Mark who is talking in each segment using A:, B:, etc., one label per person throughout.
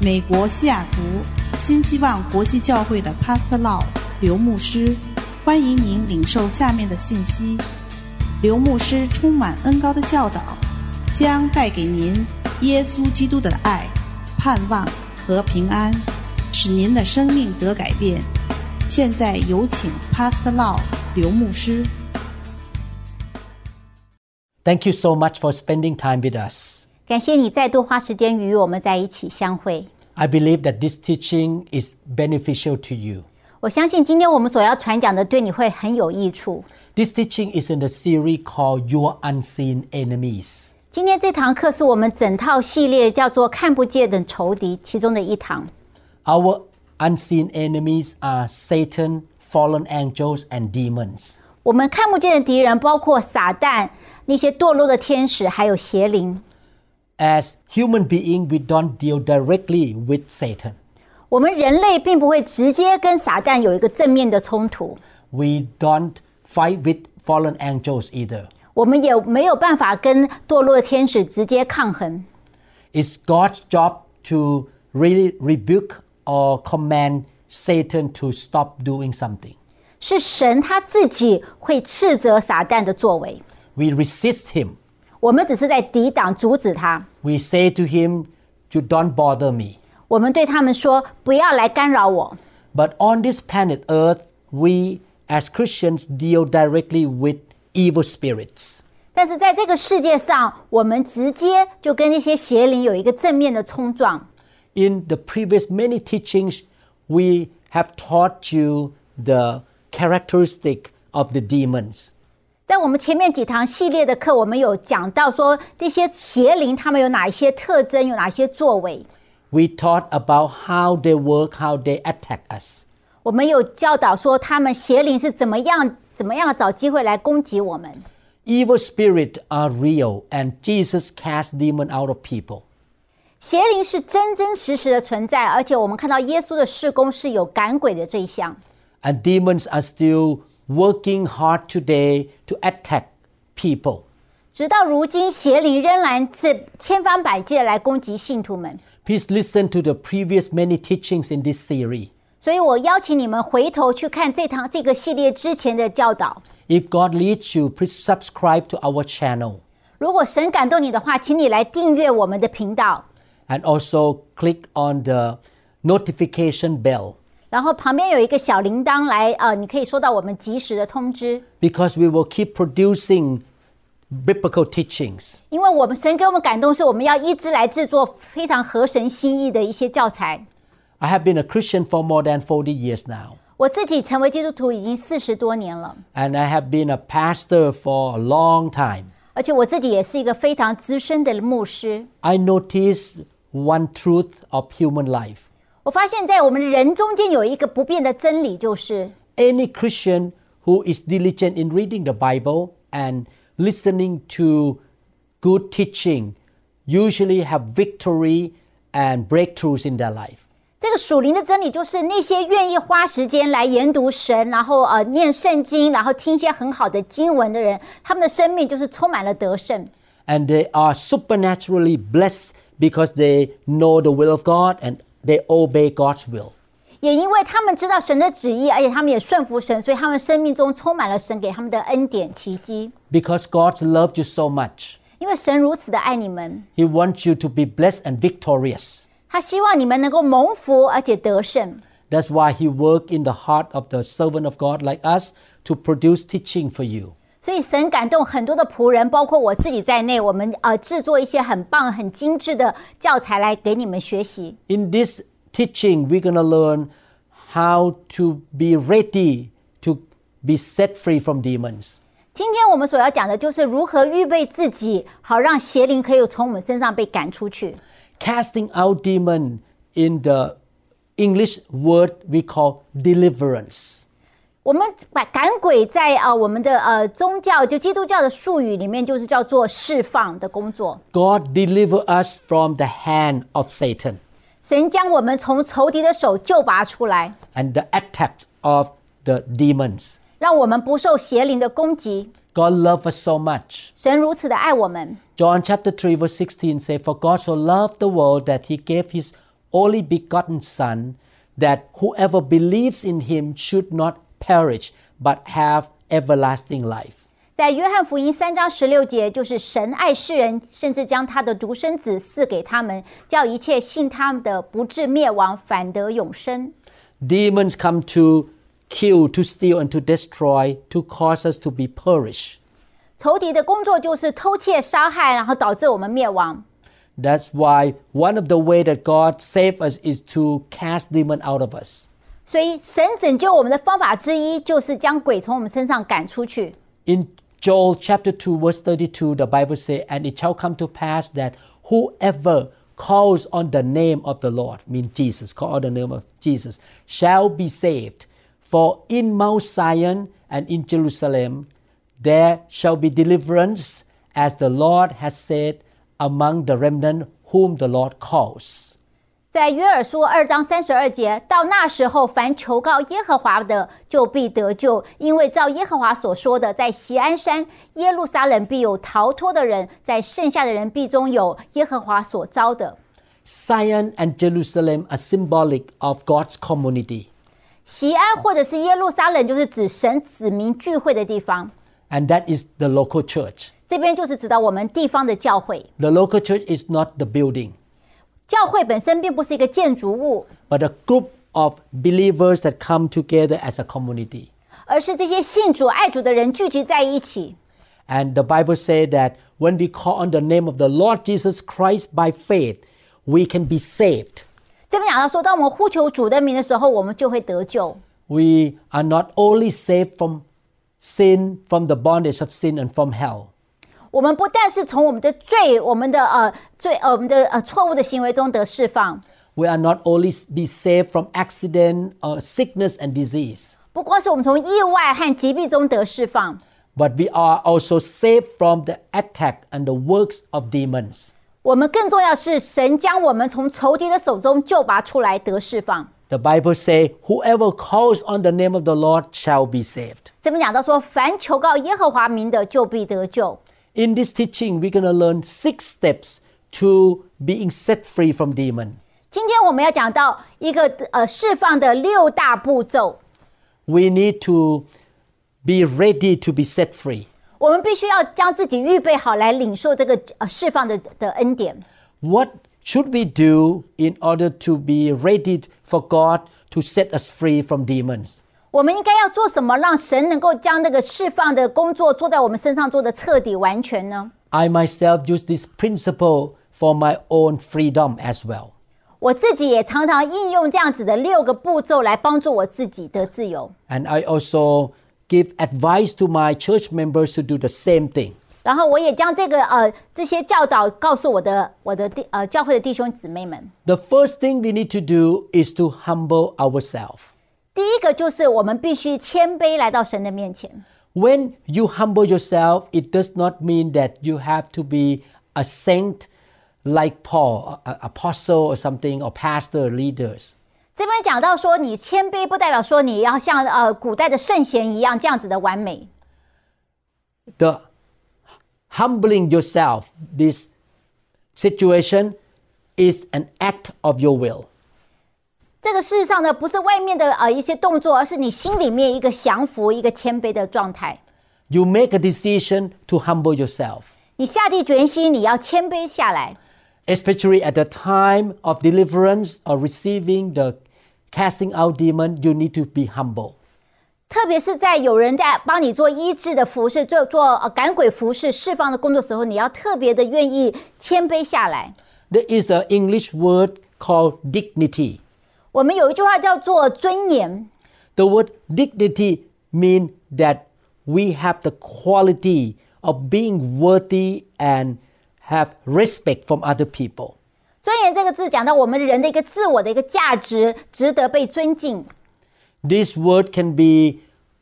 A: 美国西雅图新希望国际教会的 Pastor Law 刘牧师，欢迎您领受下面的信息。刘牧师充满恩高的教导，将带给您耶稣基督的爱、盼望和平安，使您的生命得改变。现在有请 Pastor Law 刘牧师。
B: Thank you so much for spending time with us.
C: 感谢你再度花时间与我们在一起相会。
B: I believe that this teaching is beneficial to you.
C: 我相信今天我们所要传讲的对你会很有益处。
B: This teaching is in the series called Your Unseen Enemies.
C: 今天这堂课是我们整套系列叫做“看不见的仇敌”其中的一堂。
B: Our unseen enemies are Satan, fallen angels, and demons.
C: 我们看不见的敌人包括撒旦、那些堕落的天使，还有邪灵。
B: As human beings, we don't deal directly with Satan.
C: 我们人类并不会直接跟撒旦有一个正面的冲突，
B: We don't fight with fallen angels either.
C: 我们也没有办法跟堕落的天使直接抗衡。
B: It's God's job to really rebuke or command Satan to stop doing something.
C: 是神他自己会斥责撒旦的作为，
B: We resist him.
C: 我们只是在抵挡、阻止他。
B: We say to him, You don't bother me.
C: 我们对他们说：“不要来干扰我。
B: But on this planet Earth, we as Christians deal directly with evil spirits. ”
C: 但是在这个世界上，我们直接就跟那些邪灵有一个正面的冲撞。
B: In the previous many teachings, we have taught you the characteristic of the demons.
C: 在我们前面几堂系列的课，我们有讲到说这些邪灵他们有哪一些特征，有哪些作为。
B: We taught about how they work, how they attack us.
C: 我们有教导说他们邪灵是怎么样怎么样找机会来攻击我们。
B: Evil spirits are real, and Jesus cast demons out of people.
C: 邪灵是真真实实的存在，而且我们看到耶稣的事工是有赶鬼的这一项。
B: And demons are still working hard today to attack people.
C: 直到如今，邪灵仍然是千方百计的来攻击信徒们。
B: Please listen to the previous many teachings in this series.
C: 所以我邀请你们回头去看这堂这个系列之前的教导。
B: If God leads you, please subscribe to our channel
C: 如果神感动你的话，请你来订阅我们的频道，
B: and also click on the notification bell
C: 然后旁边有一个小铃铛来，呃，你可以收到我们及时的通知。
B: because we will keep producing biblical teachings.
C: 因为我们神给我们感动，是我们要一直来制作非常合神心意的一些教材。
B: I have been a Christian for more than 40 years now,
C: 我自己成为基督徒已经四十多年了，
B: and I have been a pastor for a long time.
C: 而且我自己也是一个非常资深的牧师。
B: I noticed one truth of human life.
C: 我发现，在我们人中间有一个不变的真理，就是
B: any Christian who is diligent in reading the Bible and listening to good teaching usually have victory and breakthroughs in their life.
C: 这个属灵的真理，就是那些愿意花时间来研读神，然后呃念圣经，然后听一些很好的经文的人，他们的生命就是充满了得胜。
B: And they are supernaturally blessed because they know the will of God and they obey God's will.
C: 也因为他们知道神的旨意，而且他们也顺服神，所以他们生命中充满了神给他们的恩典奇迹。
B: Because God loved you so much,
C: 因为神如此的爱你们，
B: He wants you to be blessed and victorious.
C: 他希望你们能够蒙福而且得胜。
B: That's why He worked in the heart of the servant of God like us to produce teaching for you.
C: 所以神感动很多的仆人，包括我自己在内，我们呃制作一些很棒、很精致的教材来给你们学习。
B: In this teaching, we're going to learn how to be ready to be set free from demons.
C: 今天我们所要讲的就是如何预备自己，好让邪灵可以从我们身上被赶出去。
B: Casting out demon in the English word we call deliverance.
C: 我们把赶鬼在呃我们的呃宗教就基督教的术语里面就是叫做释放的工作。
B: God deliver us from the hand of Satan
C: 神将我们从仇敌的手救拔出来，
B: and the attacks of the demons.
C: 让我们不受邪灵的攻击。
B: God loves us so much.
C: 神如此的爱我们。
B: John chapter 3 verse 16 says, For God so loved the world that he gave his only begotten Son, that whoever believes in him should not perish, but have everlasting life.
C: 在约翰福音三章十六节，就是神爱世人，甚至将他的独生子赐给他们，叫一切信他们的不至灭亡，反得永生。
B: Demons come to kill, to steal, and to destroy, to cause us to be perished.
C: 仇敌的工作就是偷窃、杀害，然后导致我们灭亡。
B: That's why one of the way that God saves us is to cast demon out of us.
C: 所以，神拯救我们的方法之一，就是将鬼从我们身上赶出去。
B: In Joel chapter 2 verse 32 the Bible says and it shall come to pass that whoever calls on the name of the Lord mean Jesus call on the name of Jesus shall be saved for in Mount Zion and in Jerusalem there shall be deliverance as the Lord has said among the remnant whom the Lord calls
C: 在约珥书二章三十二节，到那时候，凡求告耶和华的，就必得救，因为照耶和华所说的，在锡安山、耶路撒冷必有逃脱的人，在剩下的人必中有耶和华所招的。
B: Zion and Jerusalem are symbolic of God's community
C: 锡安或者是耶路撒冷，就是指神子民聚会的地方。
B: and that is the local church
C: 这边就是指到我们地方的教会。
B: the local church is not the building
C: 教会本身并不是一个建筑物，
B: but a group of believers that come together as a community.
C: 而是这些信主爱主的人聚集在一起。
B: And the Bible says that when we call on the name of the Lord Jesus Christ by faith, we can be saved.
C: 这边讲到说，当我们呼求主的名的时候，我们就会得救。
B: We are not only saved from sin, from the bondage of sin and from hell,
C: 我们不但是从我们的罪、我们的呃罪、呃我们的呃错误的行为中得释放，
B: we are not only be saved from accident, or sickness and disease,
C: 不光是我们从意外和疾病中得释放，
B: but we are also saved from the attack and the works of demons.
C: 我们更重要是神将我们从仇敌的手中救拔出来得释放。
B: The Bible says, whoever calls on the name of the Lord shall be saved.
C: 这边讲到说，凡求告耶和华名的，就必得救。
B: In this teaching, we're going to learn six steps to being set free from demon.
C: 今天我们要讲到一个呃释放的六大步骤，
B: We need to be ready to be set free.
C: 我们必须要将自己预备好来领受这个呃释放的的恩典。
B: What should we do in order to be ready for God to set us free from demons?
C: 我们应该要做什么，让神能够将那个释放的工作做在我们身上做的彻底完全呢？
B: I myself use this principle for my own freedom as well.
C: 我自己也常常应用这样子的六个步骤来帮助我自己得自由，
B: And I also give advice to my church members to do the same thing.
C: 然后我也将这个呃这些教导告诉我的我的弟呃教会的弟兄姊妹们。
B: The first thing we need to do is to humble ourselves.
C: 第一个就是我们必须谦卑来到神的面前。
B: When you humble yourself, it does not mean that you have to be a saint like Paul, a- a- apostle or something, or pastor, leaders.
C: 这边讲到说，你谦卑不代表说你要像呃古代的圣贤一样这样子的完美。
B: The humbling yourself, this situation, is an act of your will.
C: 这个世上呢，不是外面的呃一些动作，而是你心里面一个降服、一个谦卑的状态。
B: You make a decision to humble yourself,
C: 你下定决心，你要谦卑下来，
B: especially at the time of deliverance or receiving the casting out demon. You need to be humble.
C: 特别是在有人在帮你做医治的服饰、做做呃赶鬼服饰释放的工作时候，你要特别的愿意谦卑下来。
B: There is an English word called dignity.
C: 我们有一句话叫做尊严，
B: The word dignity means that we have the quality of being worthy and have respect from other people.
C: 尊严这个字讲到我们人的一个自我的一个价值，值得被尊敬。
B: This word can be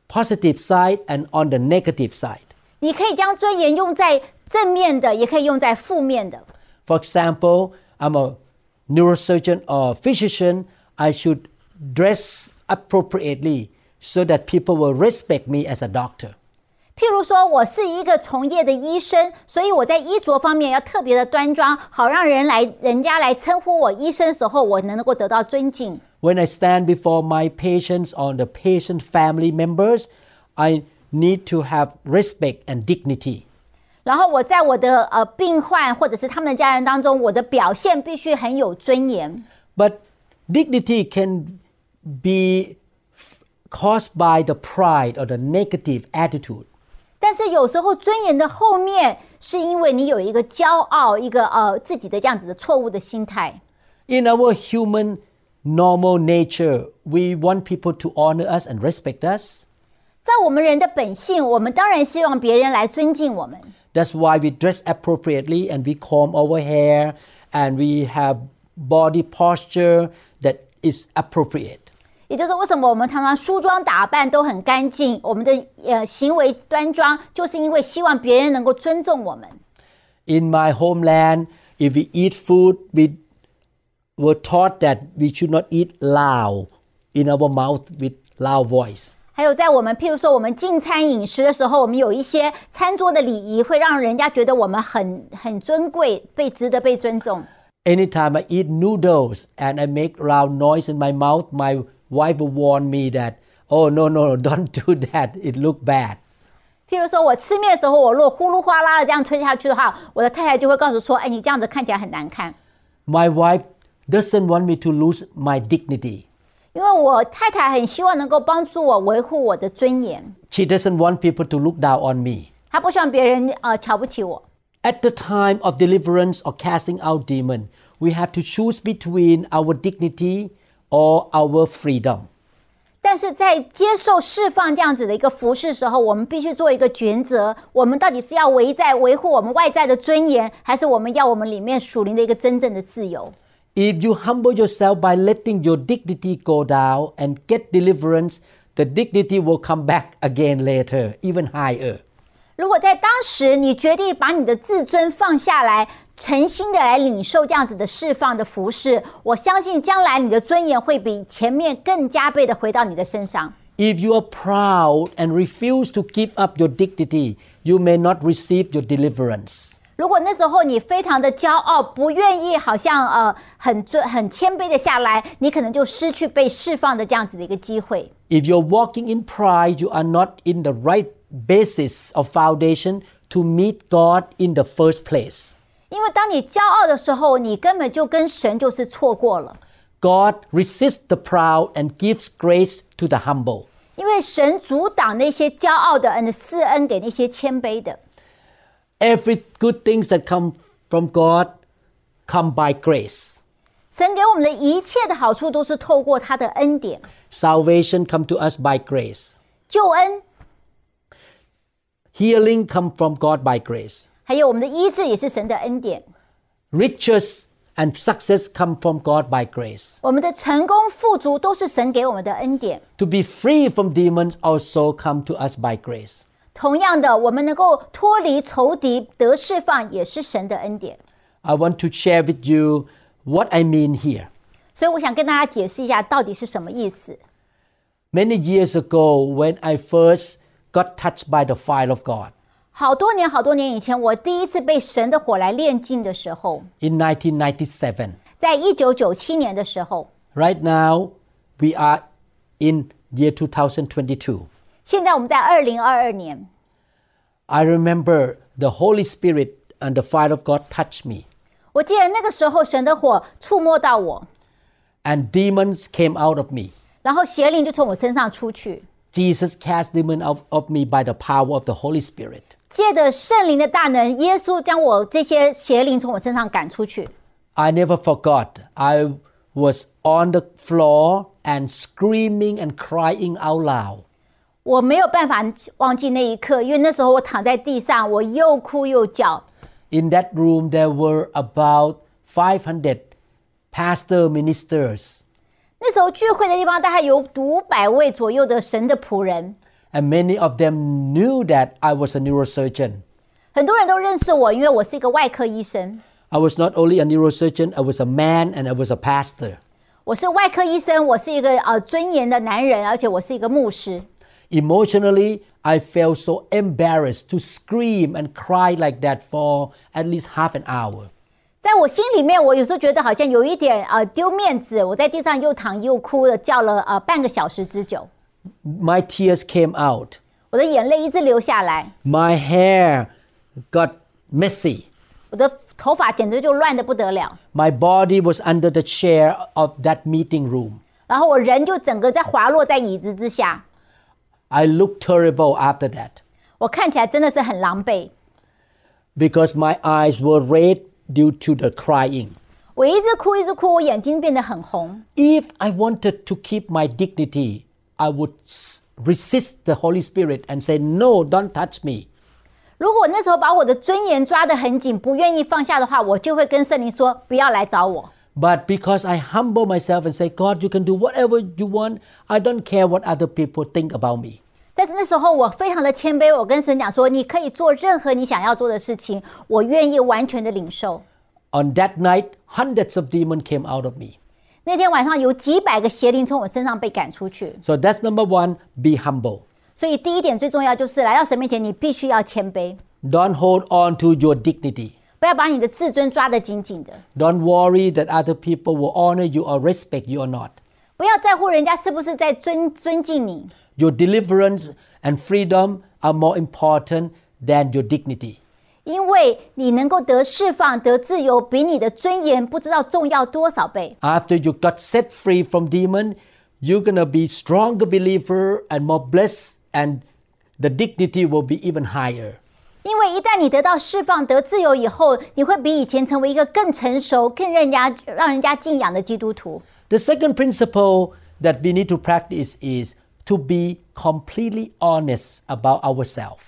B: positive side and on the negative side.
C: 你可以将尊严用在正面的，也可以用在负面的。
B: For example, I'm a neurosurgeon or physician. I should dress appropriately so that people will respect me as a doctor.
C: 譬如说，我是一个从业的医生，所以我在衣着方面要特别的端庄，好让人来人家来称呼我医生的时候，我能够得到尊敬。
B: When I stand before my patients or the patient family members, I need to have respect and dignity.
C: 然后我在我的呃病患或者是他们的家人当中，我的表现必须很有尊严。
B: But dignity can be f- caused by the pride or the negative attitude.
C: 但是有时候尊严的后面，是因为你有一个骄傲，一个呃自己的这样子的错误的心态。
B: In our human normal nature, we want people to honor us and respect us.
C: 在我们人的本性，我们当然希望别人来尊敬我们，
B: That's why we dress appropriately and we comb our hair and we have body posture that is appropriate.
C: 也就是为什么我们常常梳妆打扮都很干净，我们的呃行为端庄，就是因为希望别人能够尊重我们。
B: In my homeland, if we eat food, we were taught that we should not eat loud in our mouth with loud voice.
C: 还有在我们譬如说我们进餐饮食的时候，我们有一些餐桌的礼仪，会让人家觉得我们很很尊贵，被值得被尊重。
B: Anytime I eat noodles and I make loud noise in my mouth, my wife will warn me that, oh no, no, no, don't do that. It look bad.
C: 譬如说我吃面的时候，我如果呼噜哗啦的这样吞下去的话，我的太太就会告诉说：“哎，你这样子看起来很难看。
B: My wife doesn't want me to lose my dignity. ”
C: 因为我太太很希望能够帮助我维护我的尊严，
B: She doesn't want people to look down on me.
C: 她不希望别人呃瞧不起我。
B: At the time of deliverance or casting out demon, we have to choose between our dignity or our freedom.
C: 但是在接受释放这样子的一个服饰时候，我们必须做一个抉择：我们到底是要维在维护我们外在的尊严，还是我们要我们里面属灵的一个真正的自由？
B: If you humble yourself by letting your dignity go down and get deliverance, the dignity will come back again later, even higher.
C: 如果在当时你决定把你的自尊放下来，诚心的来领受这样子的释放的服饰，我相信将来你的尊严会比前面更加倍的回到你的身上。
B: If you are proud and refuse to give up your dignity, you may not receive your deliverance.
C: 如果那时候你非常的骄傲，不愿意，好像呃很尊很谦卑的下来，你可能就失去被释放的这样子的一个机会。
B: If you're walking in pride, you are not in the right basis of foundation to meet God in the first place.
C: 因为当你骄傲的时候，你根本就跟神就是错过了。
B: God resists the proud and gives grace to the humble.
C: 因为神阻挡那些骄傲的，嗯，赐恩给那些谦卑的。
B: Every good things that come from God come by grace.
C: 神给我们的一切的好处都是透过他的恩典，
B: Salvation come to us by grace.
C: 救恩，
B: Healing come from God by grace.
C: 还有我们的医治也是神的恩典，
B: Riches and success come from God by grace.
C: 我们的成功富足都是神给我们的恩典。
B: To be free from demons also come to us by grace.
C: 同样的，我们能够脱离仇敌得释放也是神的恩典。
B: I want to share with you what I mean here.
C: 所以我想跟大家解释一下到底是什么意思。
B: Many years ago, when I first got touched by the fire of God
C: 好多年好多年以前，我第一次被神的火来炼尽的时候，
B: in 1997,
C: 在一九九七年的时候，
B: right now we are in year 2022.
C: 现在我们在二零二二年，
B: I remember the Holy Spirit and the fire of God touched me,
C: 我记得那个时候神的火触摸到我，
B: and demons came out of me.
C: 然后邪灵就从我身上出去。
B: Jesus cast demons out of me by the power of the Holy Spirit.
C: 借着圣灵的大能，耶稣将我这些邪灵从我身上赶出去。
B: I never forgot. I was on the floor and screaming and crying out loud.
C: 我没有办法忘记那一刻，因为那时候我躺在地上，我又哭又叫。
B: In that room, there were about 500 pastor ministers,
C: 那时候聚会的地方大概有五百位左右的神的仆人，
B: and many of them knew that I was a neurosurgeon.
C: 很多人都认识我，因为我是一个外科医生。
B: I was not only a neurosurgeon, I was a man and I was a pastor.
C: 我是外科医生，我是一个呃尊严的男人，而且我是一个牧师。
B: Emotionally, I felt so embarrassed to scream and cry like that for at least half an hour.
C: 在我心里面，我有时候觉得好像有一点呃丢面子，我在地上又躺又哭的叫了呃半个小时之久，
B: My tears came out.
C: 我的眼泪一直流下来，
B: My hair got messy.
C: 我的头发简直就乱得不得了，
B: My body was under the chair of that meeting room.
C: 然后我人就整个在滑落在椅子之下，
B: I looked terrible after that
C: 我看起来真的是很狼狈。
B: because my eyes were red due to the crying.
C: 我一直哭，一直哭，我眼睛变得很红。
B: If I wanted to keep my dignity, I would s- resist the Holy Spirit and say, No, don't touch me.
C: 如果我那时候把我的尊严抓得很紧，不愿意放下的话，我就会跟圣灵说：“不要来找我。
B: But because I humble myself and say, God, you can do whatever you want, I don't care what other people think about me. ”
C: 但是那时候我非常的谦卑，我跟神讲说：“你可以做任何你想要做的事情，我愿意完全的领受。
B: On that night, hundreds of demons came out of me. ”
C: 那天晚上有几百个邪灵从我身上被赶出去。
B: So that's number one be humble.
C: 所以第一点最重要就是来到神面前，你必须要谦卑，
B: Don't hold on to your dignity.
C: 不要把你的自尊抓得紧紧的，
B: Don't worry that other people will honor you or respect you or not.
C: 不要在乎人家是不是在尊尊敬你。
B: Your deliverance and freedom are more important than your dignity.
C: 因为你能够得释放、得自由，比你的尊严不知道重要多少倍。
B: After you got set free from demon, you're gonna be stronger believer and more blessed, and the dignity will be even higher.
C: 因为一旦你得到释放、得自由以后，你会比以前成为一个更成熟、更让人家让人家敬仰的基督徒。
B: The second principle that we need to practice is to be completely honest about ourselves.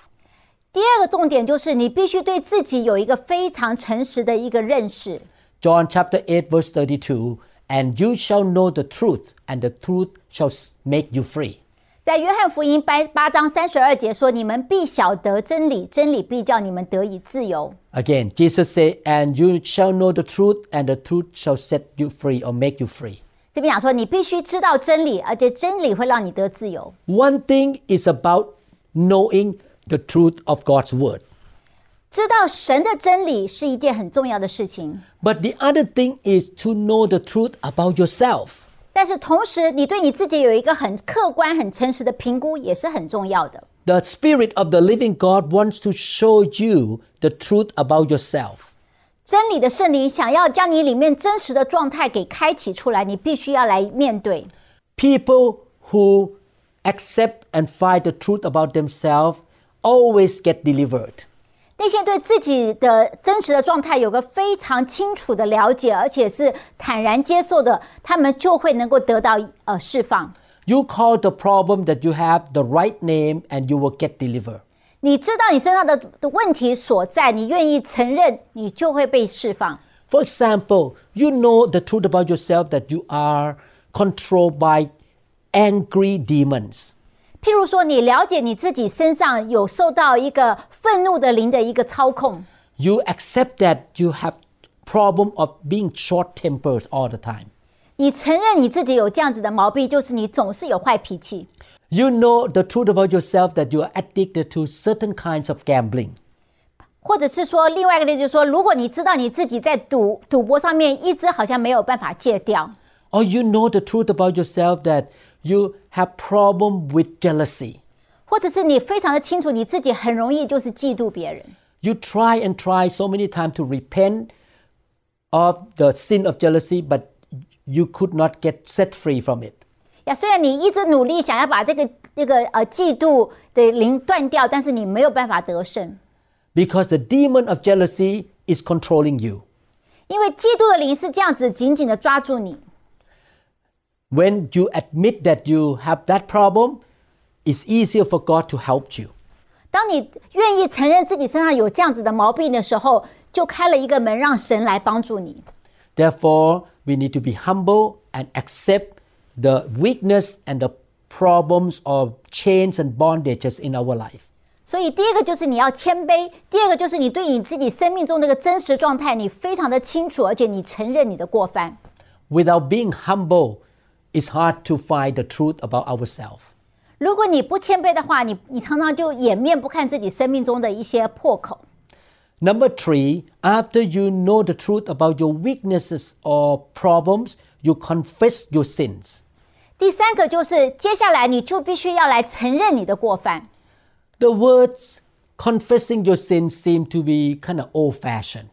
C: 第二个重点就是，你必须对自己有一个非常诚实的一个认识。
B: John chapter 8 verse 32, and you shall know the truth, and the truth shall s- make you free.
C: 在约翰福音八八章三十二节说：“你们必晓得真理，真理必叫你们得以自由。”
B: Again, Jesus said, and you shall know the truth, and the truth shall set you free or make you free.
C: 这边讲说，你必须知道真理，而且真理会让你得自由。
B: One thing is about knowing the truth of God's word.
C: 知道神的真理是一件很重要的事情，
B: But the other thing is to know the truth about yourself.
C: 但是同时，你对你自己有一个很客观、很诚实的评估也是很重要的。
B: The Spirit of the living God wants to show you the truth about yourself.
C: 真理的圣灵想要将你里面真实的状态给开启出来，你必须要来面对。
B: People who accept and find the truth about themselves always get delivered.
C: 那些对自己的真实的状态有个非常清楚的了解，而且是坦然接受的，他们就会能够得到呃释放。
B: You call the problem that you have the right name and you will get delivered.
C: 你知道你身上的的问题所在，你愿意承认，你就会被释放。
B: For example, you know the truth about yourself that you are controlled by angry demons.
C: 譬如说，你了解你自己身上有受到一个愤怒的灵的一个操控，
B: You accept that you have problem of being short-tempered all the time.
C: 你承认你自己有这样子的毛病，就是你总是有坏脾气。
B: You know the truth about yourself that you are addicted to certain kinds of gambling.
C: 或者是说，另外一个例子就是说，如果你知道你自己在赌赌博上面一直好像没有办法戒掉，
B: Or you know the truth about yourself that you have problem with jealousy.
C: 或者是你非常的清楚你自己很容易就是嫉妒别人，
B: You try and try so many times to repent of the sin of jealousy, but you could not get set free from it.
C: 呀，虽然你一直努力想要把这个这个呃嫉妒的灵断掉，但是你没有办法得胜，
B: Because the demon of jealousy is controlling you.
C: 因为嫉妒的灵是这样子紧紧的抓住你。
B: When you admit that you have that problem, it's easier for God to help you.
C: 当你愿意承认自己身上有这样子的毛病的时候，就开了一个门，让神来帮助你。
B: Therefore, we need to be humble and accept the weakness and the problems of chains and bondages in our life.
C: 所以，第一个就是你要谦卑；第二个就是你对你自己生命中那个真实状态，你非常的清楚，而且你承认你的过犯。
B: Without being humble, it's hard to find the truth about ourselves.
C: 如果你不谦卑的话，你你常常就掩面不看自己生命中的一些破口。
B: Number three, after you know the truth about your weaknesses or problems, you confess your sins.
C: 第三个就是，接下来你就必须要来承认你的过犯。
B: The words confessing your sins seem to be kind of old fashioned,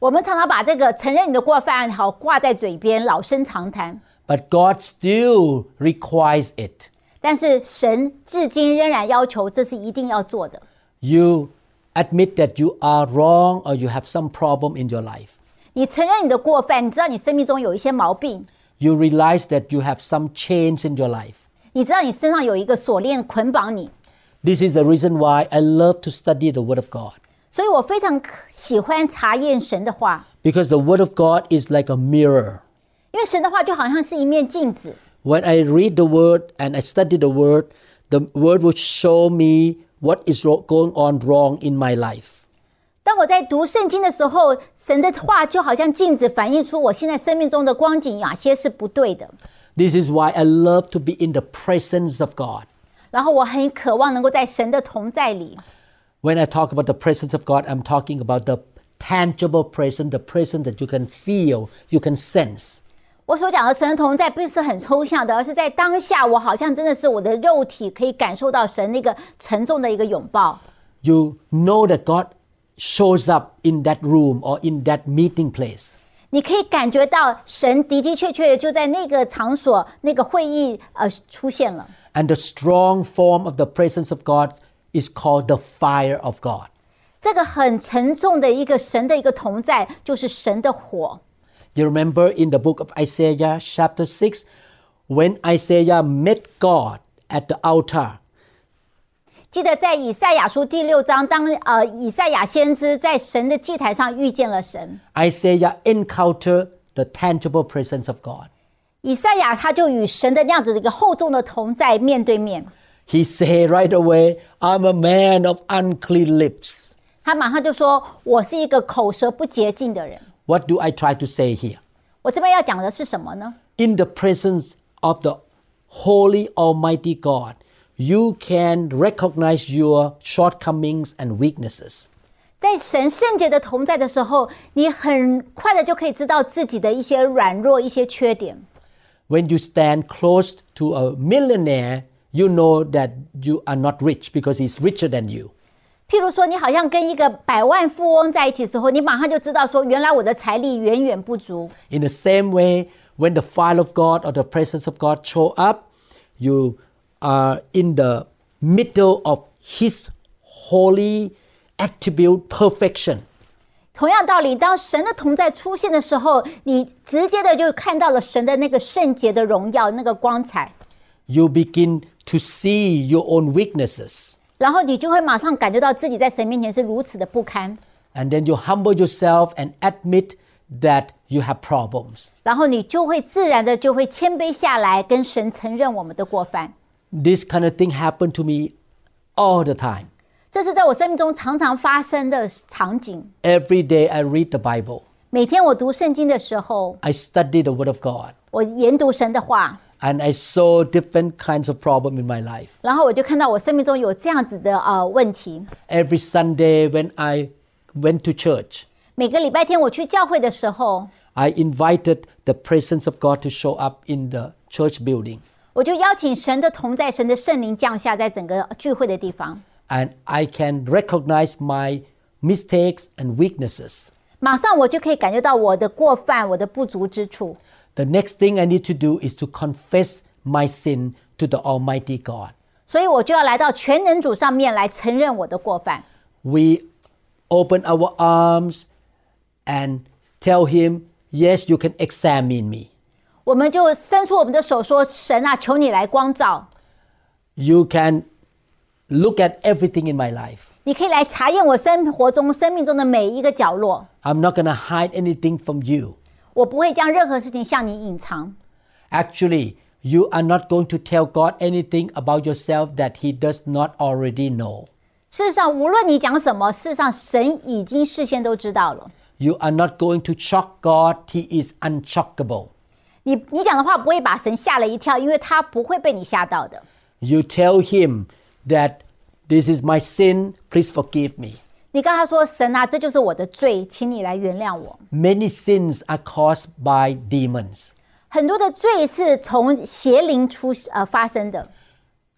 C: 我们常常把这个承认你的过犯好挂在嘴边，老生常谈。
B: but God still requires it.
C: 但是神至今仍然要求，这是一定要做的。
B: You admit that you are wrong or you have some problem in your life.
C: 你承认你的过犯，你知道你生命中有一些毛病，
B: You realize that you have some change in your life.
C: 你知道你身上有一个锁链捆绑你，
B: This is the reason why I love to study the Word of God.
C: 所以我非常喜欢查验神的话，
B: Because the Word of God is like a mirror.
C: 因为神的话就好像是一面镜子。
B: When I read the Word and I study the Word, the Word will show me what is ro- going on wrong in my life.
C: 当我在读圣经的时候，神的话就好像镜子，反映出我现在生命中的光景哪些是不对的。
B: This is why I love to be in the presence of God.
C: 然后我很渴望能够在神的同在里。
B: When I talk about the presence of God, I'm talking about the tangible presence, the presence that you can feel, you can sense.
C: 我所讲的神的同在不是很抽象的，而是在当下，我好像真的是我的肉体可以感受到神那个沉重的一个拥抱。
B: You know that God shows up in that room or in that meeting place.
C: 你可以感觉到神的的确确地就在那个场所、那个会议呃出现了。
B: And the strong form of the presence of God is called the fire of God.
C: 这个很沉重的一个神的一个同在，就是神的火。
B: You remember in the book of Isaiah, chapter 6, when Isaiah met God at the altar,
C: 记得在以赛亚书第六章，当呃以赛亚先知在神的祭坛上遇见了神，
B: Isaiah encountered the tangible presence of God.
C: 以赛亚他就与神的那样子的一个厚重的同在面对面，
B: He said right away, I'm a man of unclean lips.
C: 他马上就说：“我是一个口舌不洁净的人。
B: What do I try to say here? ”
C: 我这边要讲的是什么呢？
B: In the presence of the Holy Almighty God, you can recognize your shortcomings and weaknesses.
C: 在神圣洁的同在的时候，你很快的就可以知道自己的一些软弱、一些缺点。
B: When you stand close to a millionaire, you know that you are not rich because he's richer than you.
C: 譬如说，你好像跟一个百万富翁在一起的时候，你马上就知道说，原来我的财力远远不足。
B: In the same way, when the fire of God or the presence of God show up, you are in the middle of his holy attribute perfection.
C: 同样道理，当神的同在出现的时候，你直接的就看到了神的那个圣洁的荣耀、那个光彩，
B: You begin to see your own weaknesses
C: 然后你就会马上感觉到自己在神面前是如此的不堪，
B: and then you humble yourself and admit that you have problems.
C: 然后你就会自然的就会谦卑下来，跟神承认我们的过犯。
B: This kind of thing happened to me all the time.
C: 这是在我生命中常常发生的场景。
B: Every day I read the Bible.
C: 每天我读圣经的时候，
B: I study the word of God
C: 我研读神的话，
B: and I saw different kinds of problem in my life.
C: 然后我就看到我生命中有这样子的呃问题。
B: every Sunday when I went to church,
C: 每个礼拜天我去教会的时候，
B: I invited the presence of God to show up in the church building.
C: 我就邀请神的同在、神的圣灵降下在整个聚会的地方，
B: And I can recognize my mistakes and weaknesses.
C: 马上我就可以感觉到我的过犯、我的不足之处。
B: The next thing I need to do is to confess my sin to the Almighty God.
C: 所以我就要来到全能主上面来承认我的过犯。
B: We open our arms and tell Him, Yes, you can examine me.
C: 我们就伸出我们的手说：“神啊，求你来光照，
B: You can look at everything in my life.
C: 你可以来查验我生活中、生命中的每一个角落。
B: I'm not going to hide anything from you.
C: 我不会将任何事情向你隐藏。
B: Actually, you are not going to tell God anything about yourself that He does not already know.
C: 事实上，无论你讲什么，事实上神已经事先都知道了。
B: You are not going to shock God, He is unchockable.
C: 你你讲的话不会把神吓了一跳，因为他不会被你吓到的。
B: you tell him that this is my sin, please forgive me.
C: 你跟他说：“神啊，这就是我的罪，请你来原谅我。
B: Many sins are caused by demons. ”
C: 很多的罪是从邪灵出呃发生的。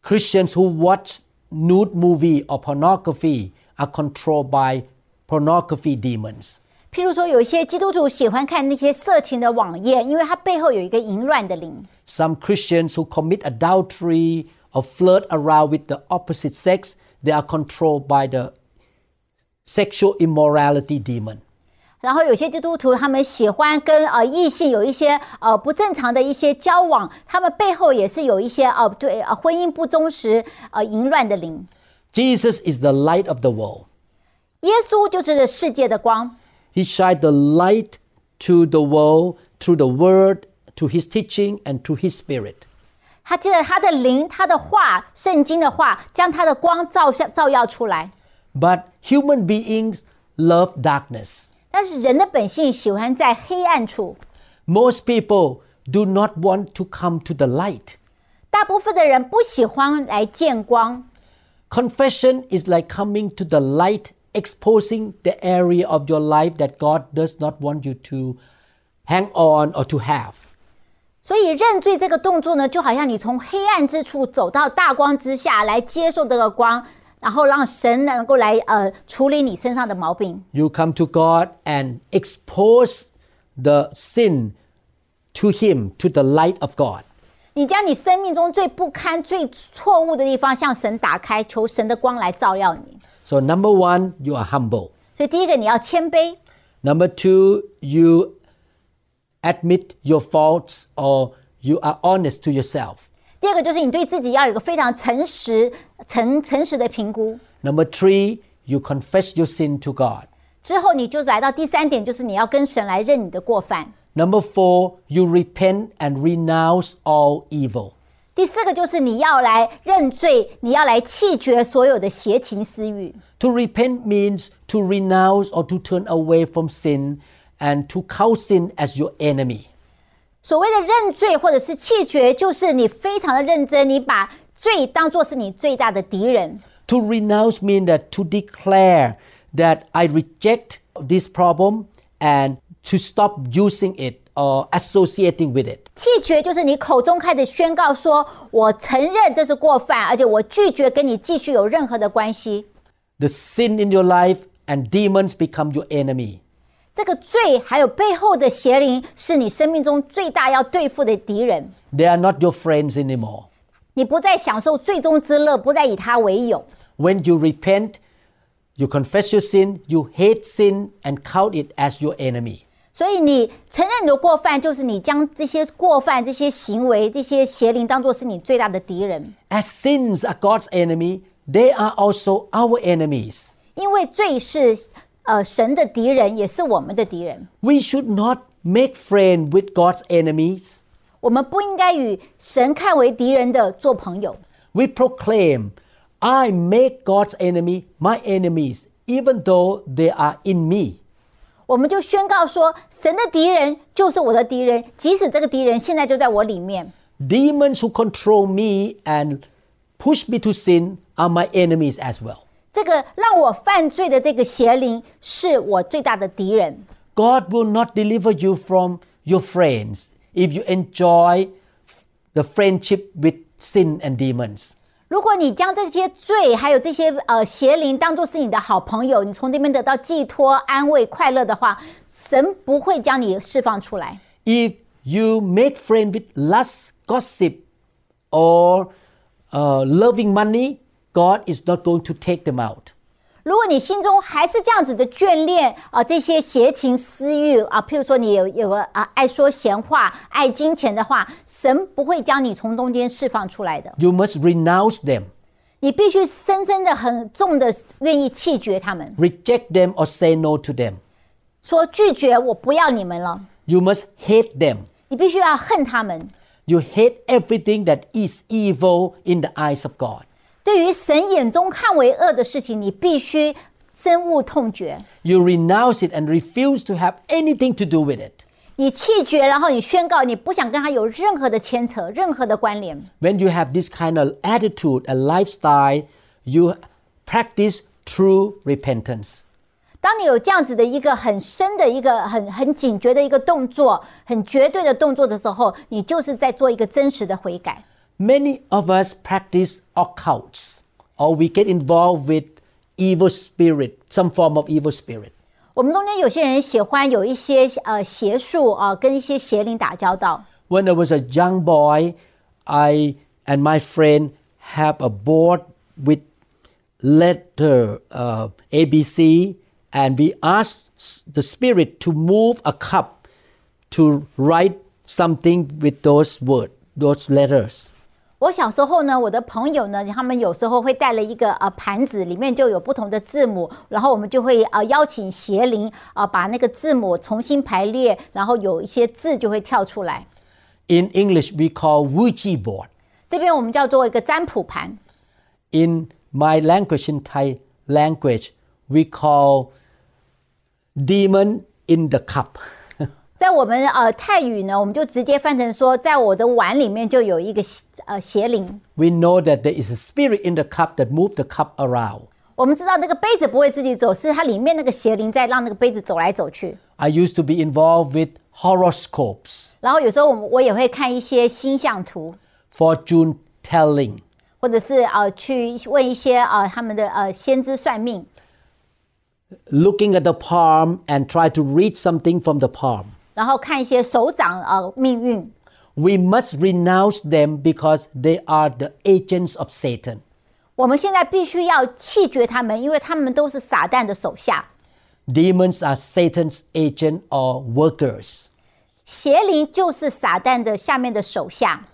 B: Christians who watch nude movie or pornography are controlled by pornography demons.
C: 譬如说，有一些基督徒喜欢看那些色情的网页，因为它背后有一个淫乱的灵。
B: Some Christians who commit adultery or flirt around with the opposite sex, they are controlled by the sexual immorality demon.
C: 然后有些基督徒他们喜欢跟呃异性有一些呃不正常的一些交往，他们背后也是有一些呃对呃婚姻不忠实呃淫乱的灵。
B: Jesus is the light of the world.
C: 耶稣就是世界的光，
B: He shined the light to the world through the word, to his teaching, and to his spirit.
C: 他借着他的灵、他的话、圣经的话，将他的光照下照耀出来。
B: But human beings love darkness.
C: 但是人的本性喜欢在黑暗处，
B: Most people do not want to come to the light.
C: 大部分的人不喜欢来见光。
B: Confession is like coming to the light, exposing the area of your life that God does not want you to hang on or to have.
C: 所以认罪这个动作呢，就好像你从黑暗之处走到大光之下来接受这个光，然后让神能够来呃处理你身上的毛病。
B: You come to God and expose the sin to Him, to the light of God.
C: 你将你生命中最不堪、最错误的地方向神打开，求神的光来照耀你。
B: So, number one, you are humble.
C: 所以第一个你要谦卑，
B: Number two, you admit your faults or you are honest to yourself.
C: 第二个就是你对自己要有一个非常诚实、诚诚实的评估。
B: Number three, you confess your sin to God.
C: 之后你就来到第三点，就是你要跟神来认你的过犯。
B: Number four, you repent and renounce all evil.
C: 第四个就是你要来认罪，你要来弃绝所有的邪情私欲。
B: To repent means to renounce or to turn away from sin and to count sin as your enemy.
C: 所谓的认罪或者是弃绝，就是你非常的认真，你把罪当作是你最大的敌人。
B: To renounce means that to declare that I reject this problem and to stop using it or associating with it.
C: 弃绝就是你口中开始宣告说：“我承认这是过犯，而且我拒绝跟你继续有任何的关系。
B: The sin in your life and demons become your enemy. ”
C: 这个罪还有背后的邪灵，是你生命中最大要对付的敌人。
B: They are not your friends anymore.
C: 你不再享受最终之乐，不再以它为有。
B: When you repent, you confess your sin, you hate sin and count it as your enemy.
C: 所以你承认你的过犯，就是你将这些过犯、这些行为、这些邪灵当做是你最大的敌人。
B: As sins are God's enemy, they are also our enemies.
C: 因为罪是呃神的敌人，也是我们的敌人。
B: We should not make friends with God's enemies.
C: 我们不应该与神看为敌人的做朋友。
B: We proclaim, I make God's enemy my enemies, even though they are in me.
C: 我们就宣告说，神的敌人就是我的敌人，即使这个敌人现在就在我里面。
B: Demons who control me and push me to sin are my enemies as well.
C: 这个让我犯罪的这个邪灵是我最大的敌人。
B: God will not deliver you from your friends if you enjoy the friendship with sin and demons.
C: 如果你将这些罪还有这些呃邪灵当做是你的好朋友，你从这边得到寄托、安慰、快乐的话，神不会将你释放出来。
B: If you make friends with lust, gossip, or uh, loving money, God is not going to take them out.
C: 如果你心中还是这样子的眷恋啊、这些邪情私欲啊、譬如说你有有个啊、爱说闲话、爱金钱的话，神不会将你从中间释放出来的。
B: You must renounce them,
C: 你必须深深的、很重的愿意弃绝他们，
B: reject them, or say no to them.
C: 说拒绝我不要你们了。
B: You must hate them.
C: 你必须要恨他们。
B: You hate everything that is evil in the eyes of God.
C: 对于神眼中看为恶的事情，你必须深恶痛绝。
B: You renounce it and refuse to have anything to do with it.
C: 你弃绝，然后你宣告你不想跟他有任何的牵扯、任何的关联。
B: When you have this kind of attitude and lifestyle, you practice true repentance.
C: 当你有这样子的一个很深的一个很很警觉的一个动作、很绝对的动作的时候，你就是在做一个真实的悔改。
B: Many of us practice occults or we get involved with evil spirit, some form of evil spirit.
C: 我们中间有些人喜欢有一些呃邪术啊、跟一些邪灵打交道。
B: When I was a young boy, I and my friend have a board with letter uh, ABC, and we asked s- the spirit to move a cup to write something with those words, those letters.
C: 我小时候呢，我的朋友呢，他们有时候会带了一个呃盘子，里面就有不同的字母，然后我们就会呃邀请邪灵啊、呃把那个字母重新排列，然后有一些字就会跳出来。
B: In English, we call Ouija board.
C: 这边我们叫做一个占卜盘，
B: In my language, in Thai language, we call demon in the cup.
C: 在我们呃泰语呢，我们就直接翻成说，在我的碗里面就有一个邪呃邪灵。
B: We know that there is a spirit in the cup that moves the cup around.
C: 我们知道那个杯子不会自己走，是它里面那个邪灵在让那个杯子走来走去。
B: I used to be involved with horoscopes
C: 然后有时候我们我也会看一些星象图，
B: fortune telling.
C: 或者是呃去问一些呃他们的呃先知算命，
B: looking at the palm and try to read something from the palm.
C: 然后看一些手掌呃命运。
B: We must renounce them because they are the agents of Satan.
C: 我们现在必须要弃绝他们，因为他们都是撒旦的手下。
B: Demons are Satan's agent or workers.
C: 邪灵就是撒旦的下面的手下，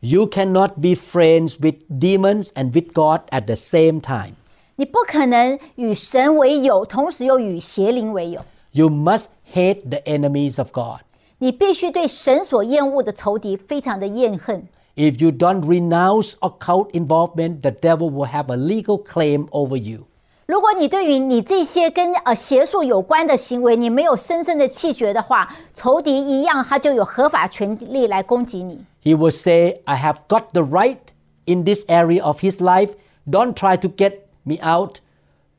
B: You cannot be friends with demons and with God at the same time.
C: 你不可能与神为友，同时又与邪灵为友。
B: You must hate the enemies of God.
C: 你必须对神所厌恶的仇敌非常的厌恨。
B: If you don't renounce occult involvement, the devil will have a legal claim over you.
C: 如果你对于你这些跟呃邪术有关的行为，你没有深深的弃绝的话，仇敌一样，他就有合法权利来攻击你。
B: He will say, I have got the right in this area of his life. Don't try to get me out.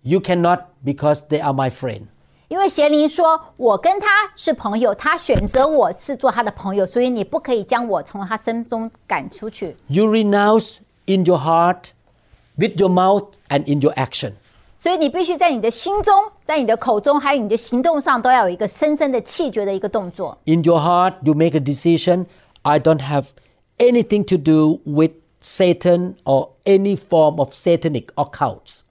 B: You cannot because they are my friend.
C: 因为邪灵说：“我跟他是朋友，他选择我是做他的朋友，所以你不可以将我从他身中赶出去。
B: You renounce in your heart, with your mouth, and in your action.
C: 所以你必须在你的心中、在你的口中，还有你的行动上，都要有一个深深的弃绝的一个动作。
B: In your heart, you make a decision I don't have anything to do with Satan or any form of satanic occults.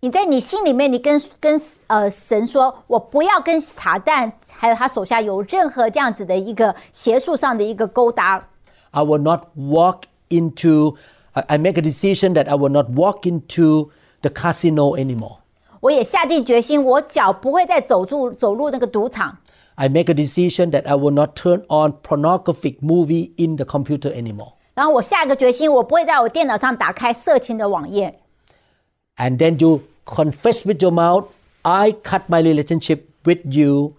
C: 你在你心里面，你跟跟呃神说：我不要跟撒旦还有他手下有任何这样子的一个邪术上的一个勾搭。
B: I will not walk into, I I make a decision that I will not walk into the casino anymore.
C: 我也下定决心，我脚不会再走入走入那个赌场。”
B: I make a decision that I will not turn on pornographic movie in the computer anymore.
C: 然后我下一个决心，我不会在我电脑上打开色情的网页。
B: And then you confess with your mouth, I cut my relationship with you.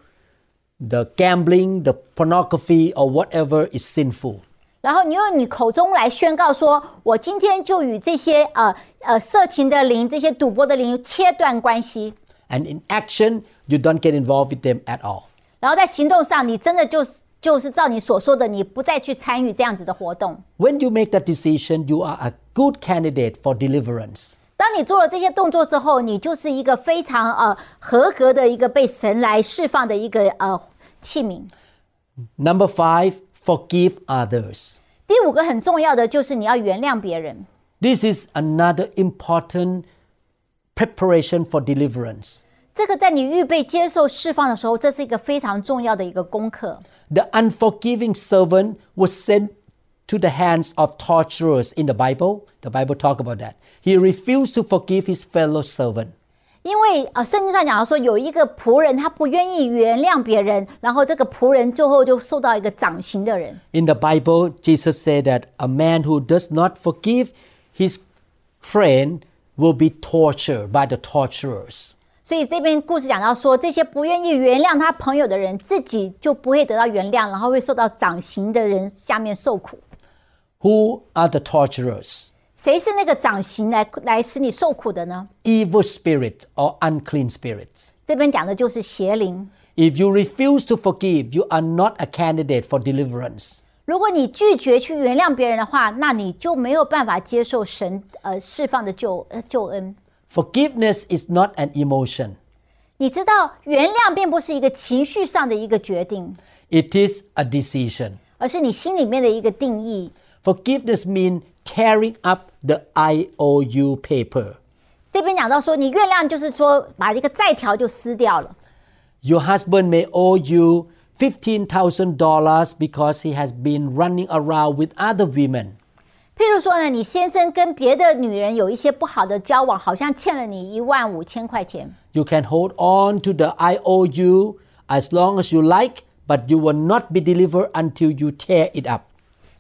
B: The gambling, the pornography, or whatever is sinful.
C: 然后你用你口中来宣告说：“我今天就与这些呃呃色情的灵、这些赌博的灵切断关系。
B: And in action, you don't get involved with them at all. ”
C: 然后在行动上，你真的就是就是照你所说的，你不再去参与这样子的活动。
B: When you make that decision, you are a good candidate for deliverance.
C: 当你做了这些动作之后，你就是一个非常呃合格的一个被神来释放的一个呃器皿。
B: Number five, forgive others.
C: 第五个很重要的就是你要原谅别人。
B: This is another important preparation for deliverance.
C: 这个在你预备接受释放的时候，这是一个非常重要的一个功课。
B: The unforgiving servant was sent to the hands of torturers in the Bible. The Bible talk about that. He refused to forgive his fellow servant.
C: 因为呃，圣经上讲到说，有一个仆人他不愿意原谅别人，然后这个仆人最后就受到一个掌刑的人。
B: In the Bible, Jesus said that a man who does not forgive his friend will be tortured by the torturers.
C: 所以这边故事讲到说，这些不愿意原谅他朋友的人，自己就不会得到原谅，然后会受到掌刑的人下面受苦。
B: Who are the torturers?
C: 谁是那个掌刑来来使你受苦的呢？
B: Evil spirit or unclean spirits.
C: 这边讲的就是邪灵。
B: If you refuse to forgive, you are not a candidate for deliverance.
C: 如果你拒绝去原谅别人的话，那你就没有办法接受神呃释放的救呃救恩。
B: Forgiveness is not an emotion,
C: 你知道，原谅并不是一个情绪上的一个决定，
B: it is a decision.
C: 而是你心里面的一个定义。
B: Forgiveness means tearing up the IOU paper.
C: 这边讲到说，你原谅就是说把一个债条就撕掉了。
B: Your husband may owe you $15,000 because he has been running around with other women.
C: 譬如说呢，你先生跟别的女人有一些不好的交往，好像欠了你一万五千块钱。
B: You can hold on to the IOU as long as you like, but you will not be delivered until you tear it up.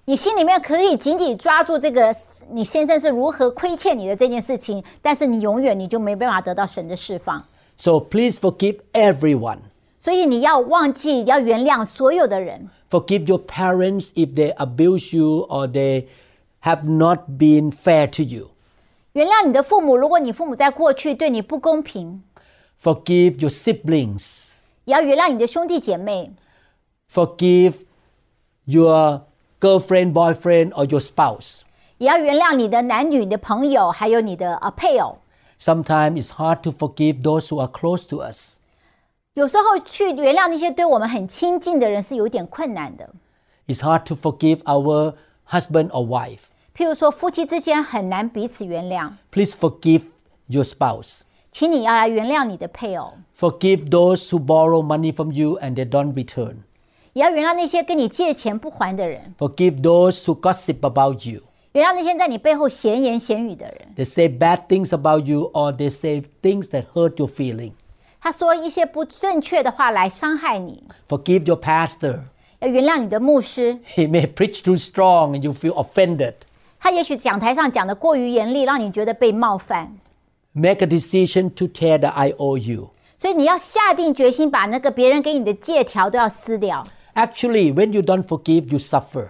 C: 你心里面可以紧紧抓住这个你先生是如何亏欠你的这件事情，但是你永远你就没办法得到神的释放。
B: So please forgive everyone.
C: 所以你要忘记，要原谅所有的人，
B: Forgive your parents if they abuse you or they have not been fair to you.
C: 原谅你的父母。如果你父母在过去对你不公平，
B: Forgive your siblings.
C: 也要原谅你的兄弟姐妹，
B: Forgive your girlfriend, boyfriend, or your spouse.
C: 也要原谅你的男女的朋友，还有你的呃配偶。
B: Sometimes it's hard to forgive those who are close to us.
C: 有时候去原谅那些对我们很亲近的人是有点困难的。
B: It's hard to forgive our husband or wife.
C: 譬如说，夫妻之间很难彼此原谅，
B: Please forgive your spouse.
C: 请你要来原谅你的配偶，
B: Forgive those who borrow money from you and they don't return.
C: 也要原谅那些跟你借钱不还的人，
B: Forgive those who gossip about you.
C: 原谅那些在你背后闲言闲语的人。
B: They say bad things about you or they say things that hurt your feeling.
C: 他说一些不正确的话来伤害你，
B: Forgive your pastor.
C: 要原谅你的牧师，
B: He may preach too strong and you feel offended.
C: 他也许讲台上讲的过于严厉，让你觉得被冒犯。
B: Make a decision to tear the IOU.
C: 所以你要下定决心，把那个别人给你的借条都要撕掉。
B: Actually, when you don't forgive, you suffer.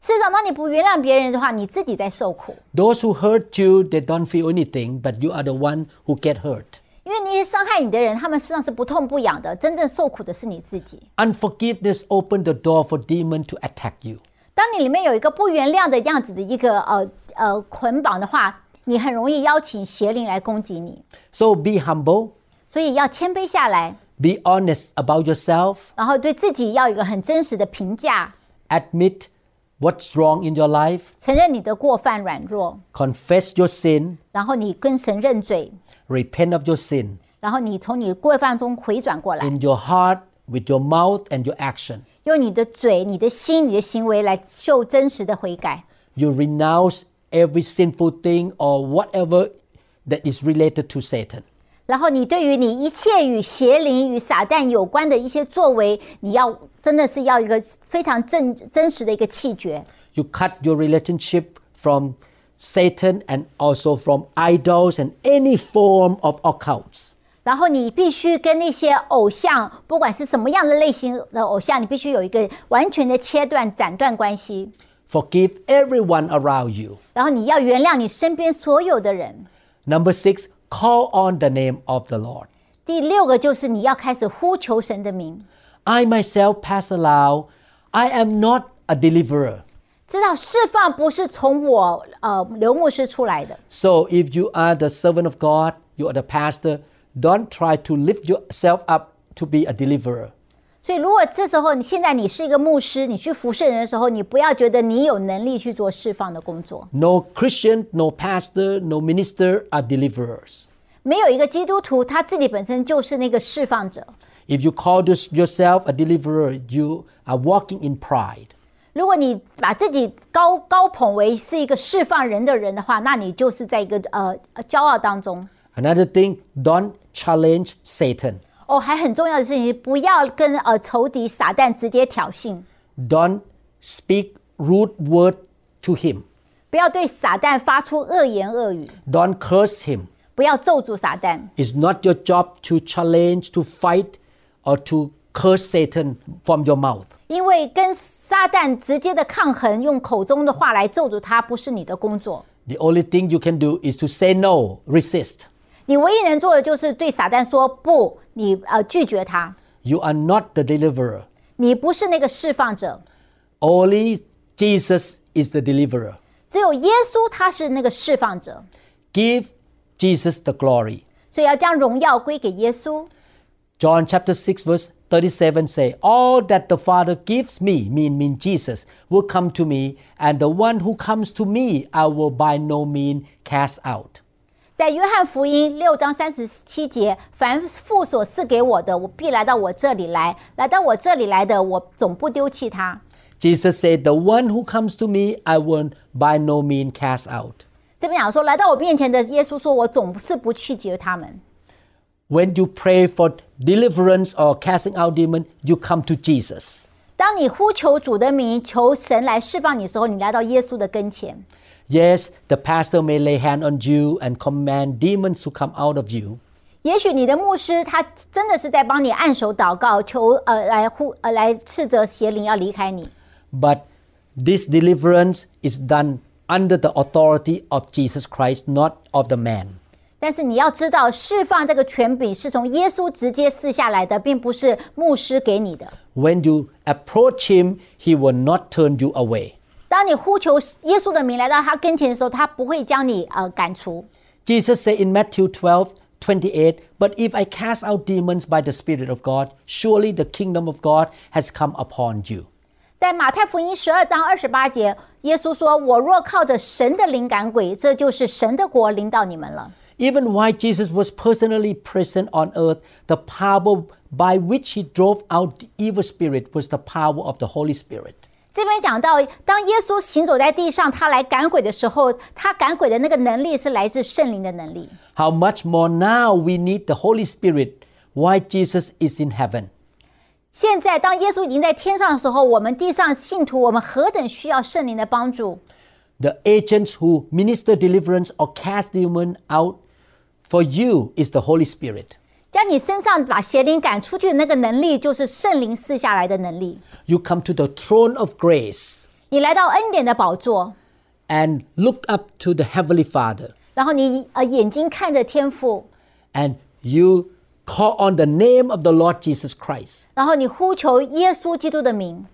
C: 事实上，当你不原谅别人的话，你自己在受苦，
B: Those who hurt you, they don't feel anything, but you are the one who get hurt.
C: 因为那些伤害你的人，他们实际上是不痛不痒的，真正受苦的是你自己。
B: Unforgiveness opened the door for demon to attack you.
C: 当你里面有一个不原谅的样子的一个呃呃捆绑的话，你很容易邀请邪灵来攻击你，
B: So be humble,
C: 所以要谦卑下来，
B: be honest about yourself,
C: 然后对自己要有一个很真实的评价，
B: admit what's wrong in your life,
C: 承认你的过犯软弱，
B: confess your sin,
C: 然后你跟神认罪，
B: repent of your sin
C: 然后你从你过犯中回转过来，
B: in your heart, with your mouth, and your action.
C: 用你的嘴、你的心、你的行为来秀真实的悔改，
B: You renounce every sinful thing or whatever that is related to Satan.
C: 然后你对于你一切与邪灵、与撒旦有关的一些作为，你要真的是要一个非常正真实的一个气绝。
B: You cut your relationship from Satan and also from idols and any form of occults.
C: 然后你必须跟那些偶像，不管是什么样的类型的偶像，你必须有一个完全的切断、斩断关系。
B: Forgive everyone around you.
C: 然后你要原谅你身边所有的人。
B: Number six, call on the name of the Lord.
C: 第六个就是你要开始呼求神的名，
B: I myself, Pastor Lau, I am not a deliverer.
C: 知道释放不是从我呃刘牧师出来的。
B: So if you are the servant of God, you are the pastor, don't try to lift yourself up to be a deliverer.
C: 所以如果这时候你现在你是一个牧师，你去服侍人的时候，你不要觉得你有能力去做释放的工作。
B: No Christian, no pastor, no minister are deliverers.
C: 没有一个基督徒他自己本身就是那个释放者。
B: If you call this- yourself a deliverer, you are walking in pride.
C: 如果你把自己高高捧为是一个释放人的人的话，那你就是在一个呃呃骄傲当中。
B: Another thing, don't challenge Satan.
C: 哦，还很重要的事情，不要跟呃仇敌撒旦直接挑衅，
B: Don't speak rude word to him.
C: 不要对撒旦发出恶言恶语，
B: Don't curse him.
C: 不要咒诅撒旦。
B: It's not your job to challenge, to fight, or to curse Satan from your mouth.
C: 因为跟撒旦直接的抗衡，用口中的话来咒诅他，不是你的工作。
B: The only thing you can do is to say no, resist.
C: 你唯一能做的就是对撒旦说不，你呃拒绝他。
B: You are not the deliverer.
C: 你不是那个释放者，
B: Only Jesus is the deliverer.
C: 只有耶稣他是那个释放者，
B: Give Jesus the glory.
C: 所以要将荣耀归给耶稣。
B: John chapter 6 verse 37 say, All that the Father gives me, mean mean Jesus, will come to me, and the one who comes to me I will by no mean cast out.
C: 在约翰福音六章三十七节，凡父所赐给我的，我必来到我这里来；来到我这里来的，我总不丢弃他。
B: Jesus said, The one who comes to me I will by no mean cast out.
C: 这边讲说，来到我面前的耶稣说，我总是不拒绝他们。
B: When you pray for deliverance or casting out demon, you come to Jesus.
C: 当你呼求主的名，求神来释放你的时候，你来到耶稣的跟前。
B: Yes, the pastor may lay hand on you and command demons to come out of you.
C: 也许你的牧师他真的是在帮你按手祷告，求呃来呼呃来斥责邪灵要离开你。
B: But this deliverance is done under the authority of Jesus Christ, not of the man.
C: 但是你要知道，释放这个权柄是从耶稣直接赐下来的，并不是牧师给你的。
B: When you approach him, he will not turn you away.
C: 当你呼求耶稣的名来到他跟前的时候，他不会将你呃赶出。
B: Jesus said in Matthew 12, 28, But if I cast out demons by the Spirit of God, surely the kingdom of God has come upon you.
C: 在马太福音十二章二十八节，耶稣说：“我若靠着神的灵赶鬼，这就是神的国领导你们了。
B: Even while Jesus was personally present on earth, the power by which he drove out the evil spirit was the power of the Holy Spirit. ”
C: 这边讲到，当耶稣行走在地上，他来赶鬼的时候，他赶鬼的那个能力是来自圣灵的能力。
B: How much more now we need the Holy Spirit while Jesus is in heaven.
C: 现在，当耶稣已经在天上的时候，我们地上信徒，我们何等需要圣灵的帮助！
B: The agents who minister deliverance or cast demon out for you is the Holy Spirit.
C: 将你身上把邪灵赶出去的那个能力，就是圣灵赐下来的能力。
B: You come to the throne of grace
C: 你来到恩典的宝座，
B: and look up to the Heavenly Father
C: 然后你呃眼睛看着天父，
B: and you call on the name of the Lord Jesus Christ.
C: 然后你呼求耶稣基督的名，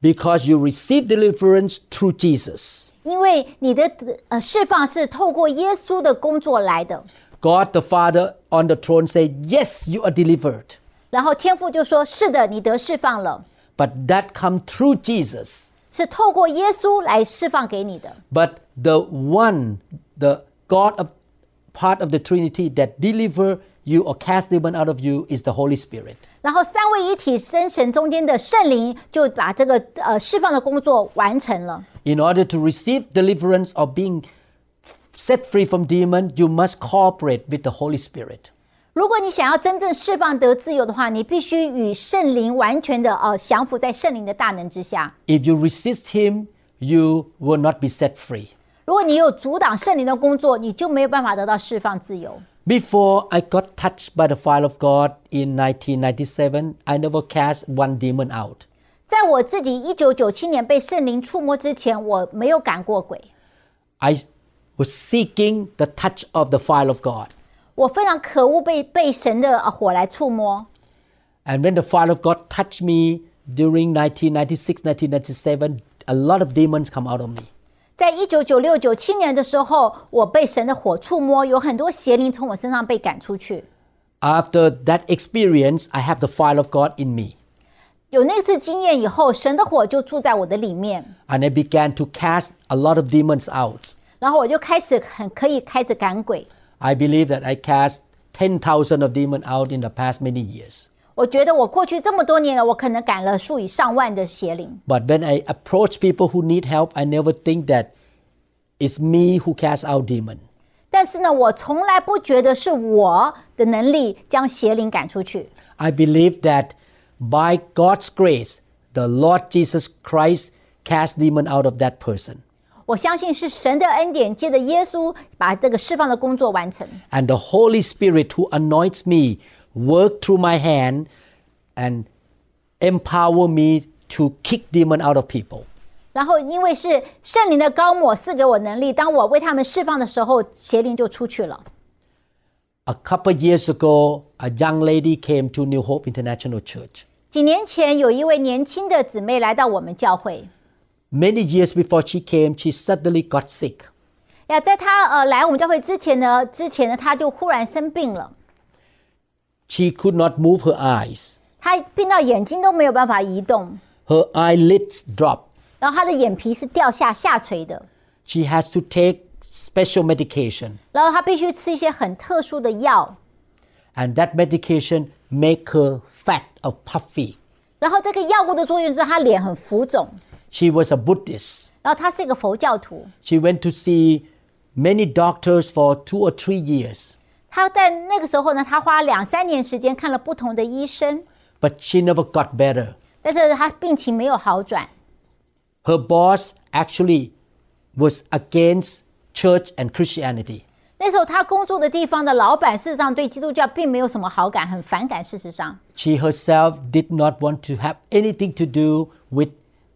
B: because you receive deliverance through Jesus.
C: 因为你的呃释放是透过耶稣的工作来的。
B: God the Father on the throne said, Yes, you are delivered.
C: 然后天父就说：“是的，你得释放了，
B: But that come through Jesus.
C: 是透过耶稣来释放给你的。”
B: But the one, the God of part of the Trinity that deliver you or cast demon out of you is the Holy Spirit.
C: 然后三位一体真神中间的圣灵就把这个呃释放的工作完成了。
B: In order to receive deliverance or being set free from demon, you must cooperate with the Holy Spirit.
C: 如果你想要真正释放得自由的话，你必须与圣灵完全的呃降服在圣灵的大能之下。
B: If you resist him, you will not be set free.
C: 如果你有阻挡圣灵的工作，你就没有办法得到释放自由。
B: Before I got touched by the fire of God in 1997, I never cast one demon out.
C: 在我自己一九九七年被圣灵触摸之前，我没有赶过鬼，
B: I was seeking the touch of the fire of God.
C: 我非常可恶被被神的呃火来触摸。
B: And when the fire of God touched me during 1996, 1997, a lot of demons come out of me.
C: 在一九九六九七年的时候，我被神的火触摸，有很多邪灵从我身上被赶出去。
B: After that experience, I have the fire of God in me.
C: 有那次经验以后，神的火就住在我的里面，
B: And I began to cast a lot of demons out.
C: 然后我就开始很可以开始赶鬼。
B: I believe that I cast 10,000 of demons out in the past many years.
C: 我觉得我过去这么多年了，我可能赶了数以上万的邪灵。
B: But when I approach people who need help, I never think that it's me who casts out demon.
C: 但是呢，我从来不觉得是我的能力将邪灵赶出去。
B: I believe that by God's grace, the Lord Jesus Christ cast demon out of that person.
C: 我相信是神的恩典，借着耶稣把这个释放的工作完成。
B: And the Holy Spirit who anoints me work through my hand and empower me to kick demon out of people.
C: 然后，因为是圣灵的高抹赐给我能力，当我为他们释放的时候，邪灵就出去了。
B: A couple years ago, a young lady came to New Hope International Church.
C: 几年前，有一位年轻的姊妹来到我们教会。
B: Many years before she came, she suddenly got sick.
C: 呀，在她呃来我们教会之前呢，之前呢，她就忽然生病了，
B: She could not move her eyes.
C: 她病到眼睛都没有办法移动，
B: Her eyelids dropped.
C: 然后她的眼皮是掉下下垂的，
B: She has to take special medication,
C: 然后她必须吃一些很特殊的药，
B: and that medication make her fat or puffy.
C: 然后这个药物的作用就是她脸很浮肿，
B: She was a Buddhist.
C: 然后她是一个佛教徒，
B: She went to see many doctors for two or three years,
C: 她在那个时候呢，她花两三年时间看了不同的医生，
B: but she never got better.
C: 但是她病情没有好转，
B: Her boss actually was against church and Christianity.
C: 那时候她工作的地方的老板事实上对基督教并没有什么好感，很反感，事实上。
B: She herself did not want to have anything to do with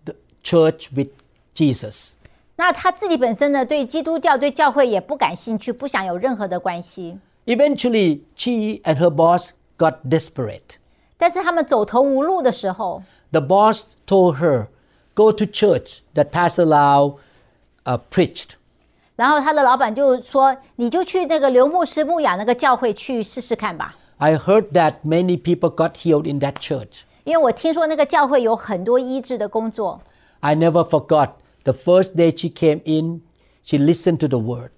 B: the church, with Jesus.
C: 那他自己本身呢，对基督教、对教会也不感兴趣，不想有任何的关系。
B: Eventually, she and her boss got desperate.
C: 但是他们走投无路的时候，
B: The boss told her, Go to church that Pastor Lau uh, preached.
C: 然后他的老板就说：“你就去那个刘牧师牧养那个教会去试试看吧，
B: I heard that many people got healed in that church.
C: 因为我听说那个教会有很多医治的工作。
B: I never forgot the first day she came in, she listened to the word. ”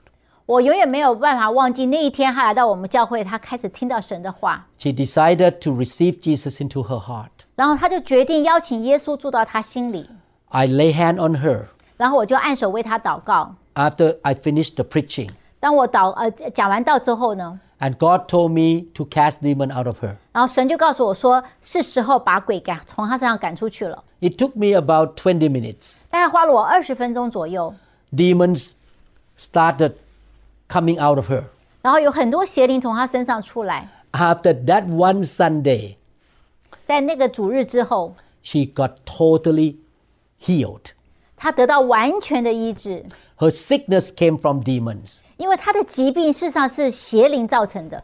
C: 我永远没有办法忘记那一天，他来到我们教会，他开始听到神的话，
B: She decided to receive Jesus into her heart.
C: 然后他就决定邀请耶稣住到他心里，
B: I lay hand on her
C: 然后我就按手为他祷告。
B: after I finished the preaching,
C: 当我祷呃讲完道之后呢，
B: and God told me to cast demon out of her.
C: 然后神就告诉我说，是时候把鬼赶从他身上赶出去了。
B: It took me about 20 minutes.
C: 大概花了我二十分钟左右，
B: Demons started coming out of her.
C: 然后有很多邪灵从他身上出来。
B: After that one Sunday,
C: 在那个主日之后，
B: she got totally healed.
C: 他得到完全的医治，
B: Her sickness came from demons.
C: 因为他的疾病事实上是邪灵造成的。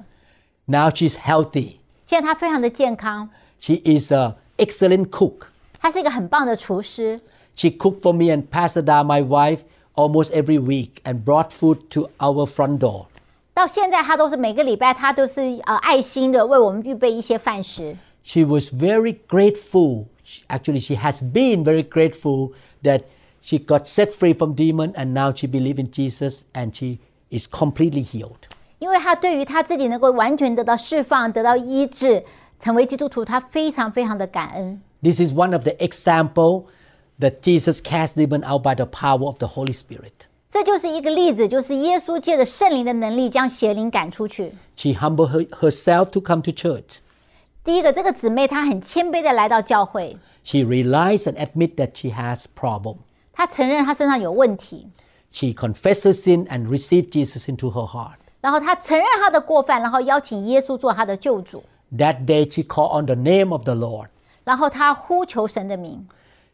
B: Now she's healthy.
C: 现在他非常的健康，
B: She is an excellent cook.
C: 他是一个很棒的厨师，
B: She cooked for me and Pasada, my wife, almost every week and brought food to our front door.
C: 到现在他都是每个礼拜他都是呃爱心的为我们预备一些饭食。
B: She was very grateful. She- Actually, she has been very grateful that she got set free from demon and now she believes in Jesus and she is completely healed.
C: 因为他对于他自己能够完全得到释放、得到医治、成为基督徒，他非常非常的感恩。
B: This is one of the example that Jesus cast demon out by the power of the Holy Spirit.
C: 这就是一个例子，就是耶稣借着圣灵的能力将邪灵赶出去。
B: She humbled her- herself to come to church.
C: 第一个，这个姊妹她很谦卑的来到教会，
B: She realized and admit that she has problem.
C: 她承认她身上有问题，
B: She confessed her sin and received Jesus into her heart.
C: 然后她承认她的过犯，然后邀请耶稣做她的救主，
B: That day she called on the name of the Lord.
C: 然后她呼求神的名，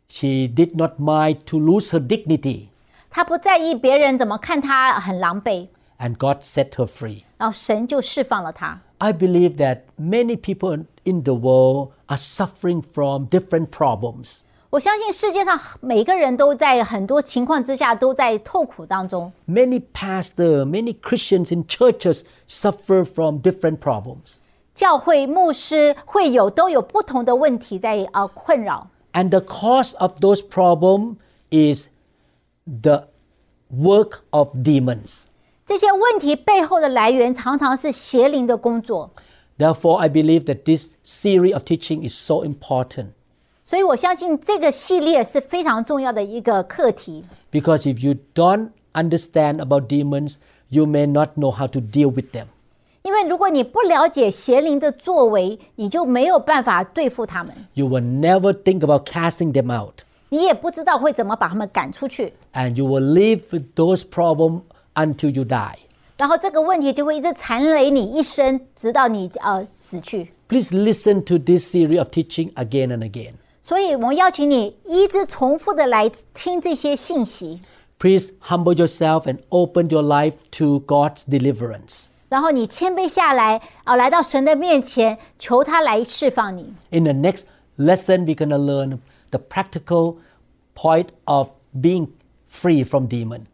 B: She did not mind to lose her dignity
C: 她不在意别人怎么看她很狼狈，
B: and God set her free.
C: 然后神就释放了她。
B: I believe that many people in the world are suffering from different problems.
C: 我相信世界上每个人都在很多情况之下都在痛苦当中，
B: Many pastors, many Christians in churches suffer from different problems.
C: 教会牧师会有都有不同的问题在呃困扰，
B: And the cause of those problems is the work of demons.
C: 这些问题背后的来源常常是邪灵的工作。
B: Therefore, I believe that this series of teaching is so important
C: 所以我相信这个系列是非常重要的一个课题，
B: because if you don't understand about demons, you may not know how to deal with them.
C: 因为如果你不了解邪灵的作为，你就没有办法对付他们，
B: You will never think about casting them out.
C: 你也不知道会怎么把他们赶出去，
B: and you will live with those problems until you die.
C: 然后这个问题就会一直缠累你一生，直到你呃死去。
B: Please listen to this series of teaching again and again.
C: 所以，我们邀请你一直重复的来听这些信息，
B: Please humble yourself and open your life to God's deliverance.
C: 然后你谦卑下来，啊、来到神的面前，求他来释放你。
B: In the next lesson, we're going to learn the practical point of being free from demon.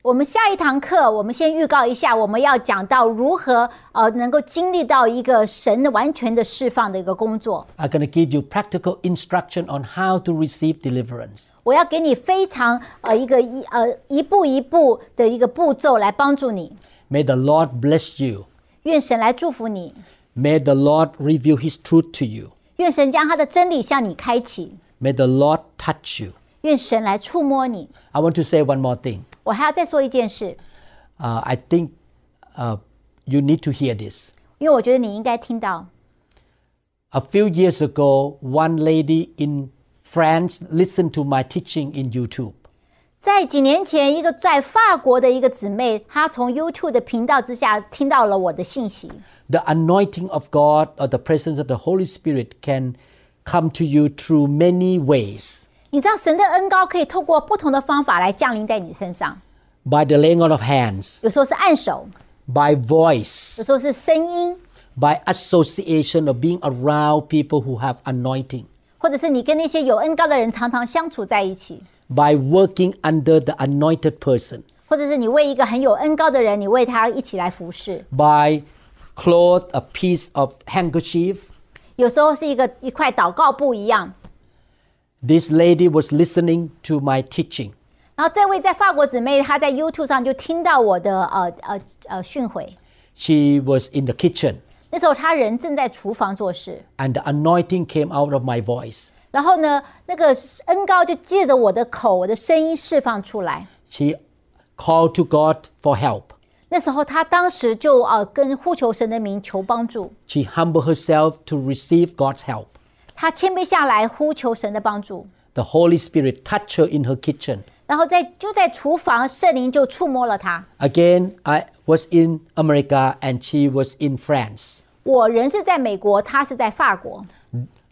C: 我们下一堂课，我们先预告一下，我们要讲到如何呃能够经历到一个神的完全的释放的一个工作。
B: I'm going to give you practical instruction on how to receive deliverance.
C: 我要给你非常呃一个一呃一步一步的一个步骤来帮助你。
B: May the Lord bless you.
C: 愿神来祝福你，
B: May the Lord reveal His truth to you.
C: 愿神将他的真理向你开启，
B: May the Lord touch you.
C: 愿神来触摸你。
B: I want to say one more thing.
C: 我还要再说一件事，
B: Uh, I think uh, you need to hear this.
C: 因为我觉得你应该听到。
B: A few years ago, one lady in France listened to my teaching in YouTube.
C: 在几年前，一个在法国的一个姊妹，她从 YouTube 的频道之下听到了我的信息。
B: The anointing of God or the presence of the Holy Spirit can come to you through many ways
C: 你知道神的恩高可以透过不同的方法来降临在你身上，
B: by the laying on of hands,
C: 有时候是按手，
B: by
C: 有
B: voice,
C: 时候是声音，
B: by association or being around people who have anointing,
C: 或者是你跟那些有恩高的人常常相处在一起，
B: by working under the anointed person,
C: 或者是你为一个很有恩高的人，你为他一起来服侍。
B: by cloth, a piece of handkerchief.
C: 有时候是一个一块祷告布一样。
B: This lady was listening to my teaching.
C: 然后这位在法国姊妹，她在 YouTube 上就听到我的呃呃呃训诲。
B: She was in the kitchen,
C: 那时候她人正在厨房做事，
B: and the anointing came out of my voice.
C: 然后呢，那个恩高就借着我的口、我的声音释放出来。
B: She called to God for help.
C: 那时候她当时就呃跟呼求神的名求帮助，
B: She humbled herself to receive God's help.
C: 她谦卑下来呼求神的帮助，
B: The Holy Spirit touched her in her kitchen.
C: 然后在就在厨房，圣灵就触摸了她。
B: Again, I was in America and she was in France.
C: 我人是在美国，她是在法国，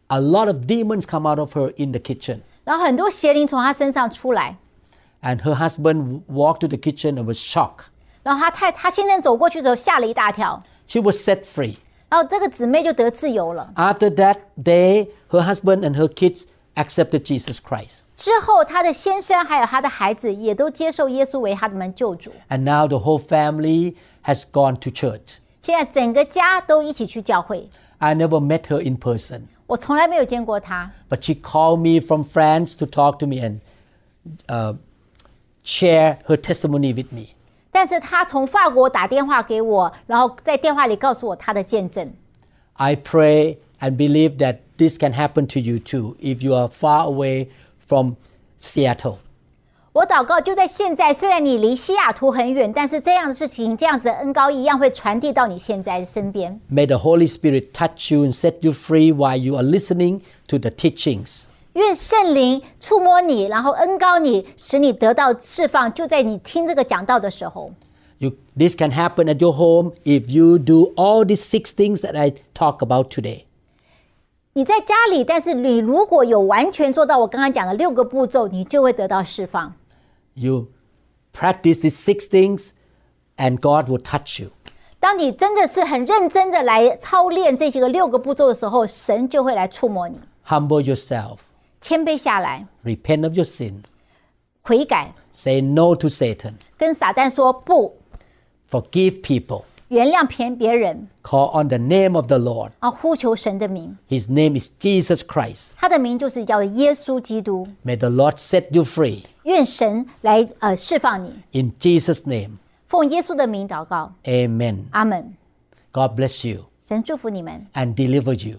B: A lot of demons come out of her in the kitchen.
C: 然后很多邪灵从她身上出来，
B: And her husband walked to the kitchen and was shocked.
C: 然后她太她先生走过去的时候吓了一大跳，
B: She was set free.
C: 然后这个姊妹就得自由了。
B: After that day, her husband and her kids accepted Jesus Christ.
C: 之后，她的先生还有她的孩子也都接受耶稣为他们救主。
B: And now the whole family has gone to church.
C: 现在整个家都一起去教会。
B: I never met her in person,
C: 我从来没有见过她，
B: but she called me from France to talk to me and uh, share her testimony with me.
C: 但是她从法国打电话给我，然后在电话里告诉我她的见证。
B: I pray and believe that this can happen to you too if you are far away from Seattle.
C: 我祷告就在现在，虽然你离西雅图很远，但是这样的事情，这样子的恩高一样会传递到你现在身边。
B: May the Holy Spirit touch you and set you free while you are listening to the teachings.
C: 愿圣灵触摸你，然后恩高你，使你得到释放。就在你听这个讲道的时候，
B: You, this can happen at your home if you do all these six things that I talk about today.
C: 你在家里，但是你如果有完全做到我刚刚讲的六个步骤，你就会得到释放。
B: You practice these six things and God will touch you.
C: 当你真的是很认真的来操练这些个六个步骤的时候，神就会来触摸你，
B: Humble yourself,
C: 谦卑下来，
B: repent of your sin,
C: 悔改，
B: say no to Satan,
C: 跟撒旦说不，
B: forgive people,
C: 原谅别别人，
B: call on the name of the Lord.
C: 啊，呼求神的名，
B: His name is Jesus Christ.
C: 他的名就是叫耶稣基督。
B: May the Lord set you free.
C: 愿神来呃释放你，
B: In Jesus' name,
C: 奉耶稣的名祷告，
B: amen.
C: 阿门。
B: God bless you
C: 神祝福你们，
B: and deliver you.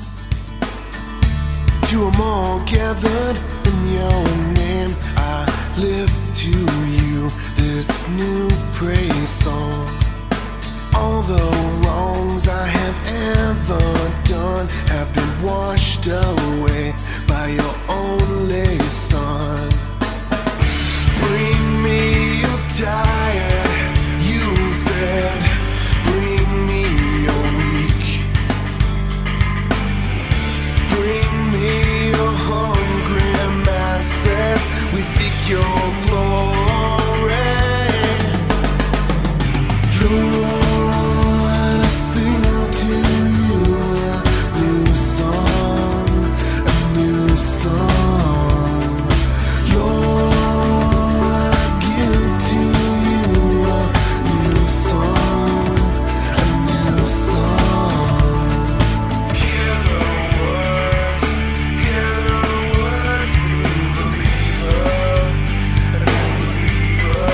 D: Two or more gathered in your name. I lift to you this new praise song. All the wrongs I have ever done have been washed away by your only son. Bring me your tired, you said. Bring me your weak. Bring me your hungry masses. We seek your glory. Lord, I sing to you a new song, a new song. Lord, I give to you a new song, a new song. Hear the words, hear the words of a new believer, a new believer.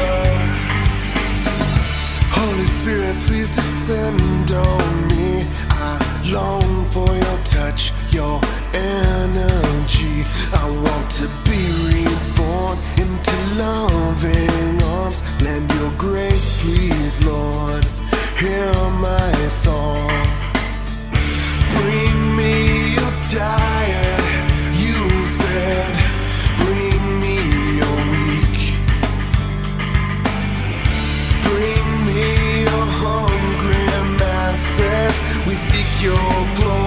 D: Holy Spirit, please descend on me. I long for your touch, your energy. I want to be reborn into loving arms. Lend your grace, please, Lord. Hear my song. Bring me your tired, you said. Bring me your weak. Bring me your hungry masses. We seek your glory.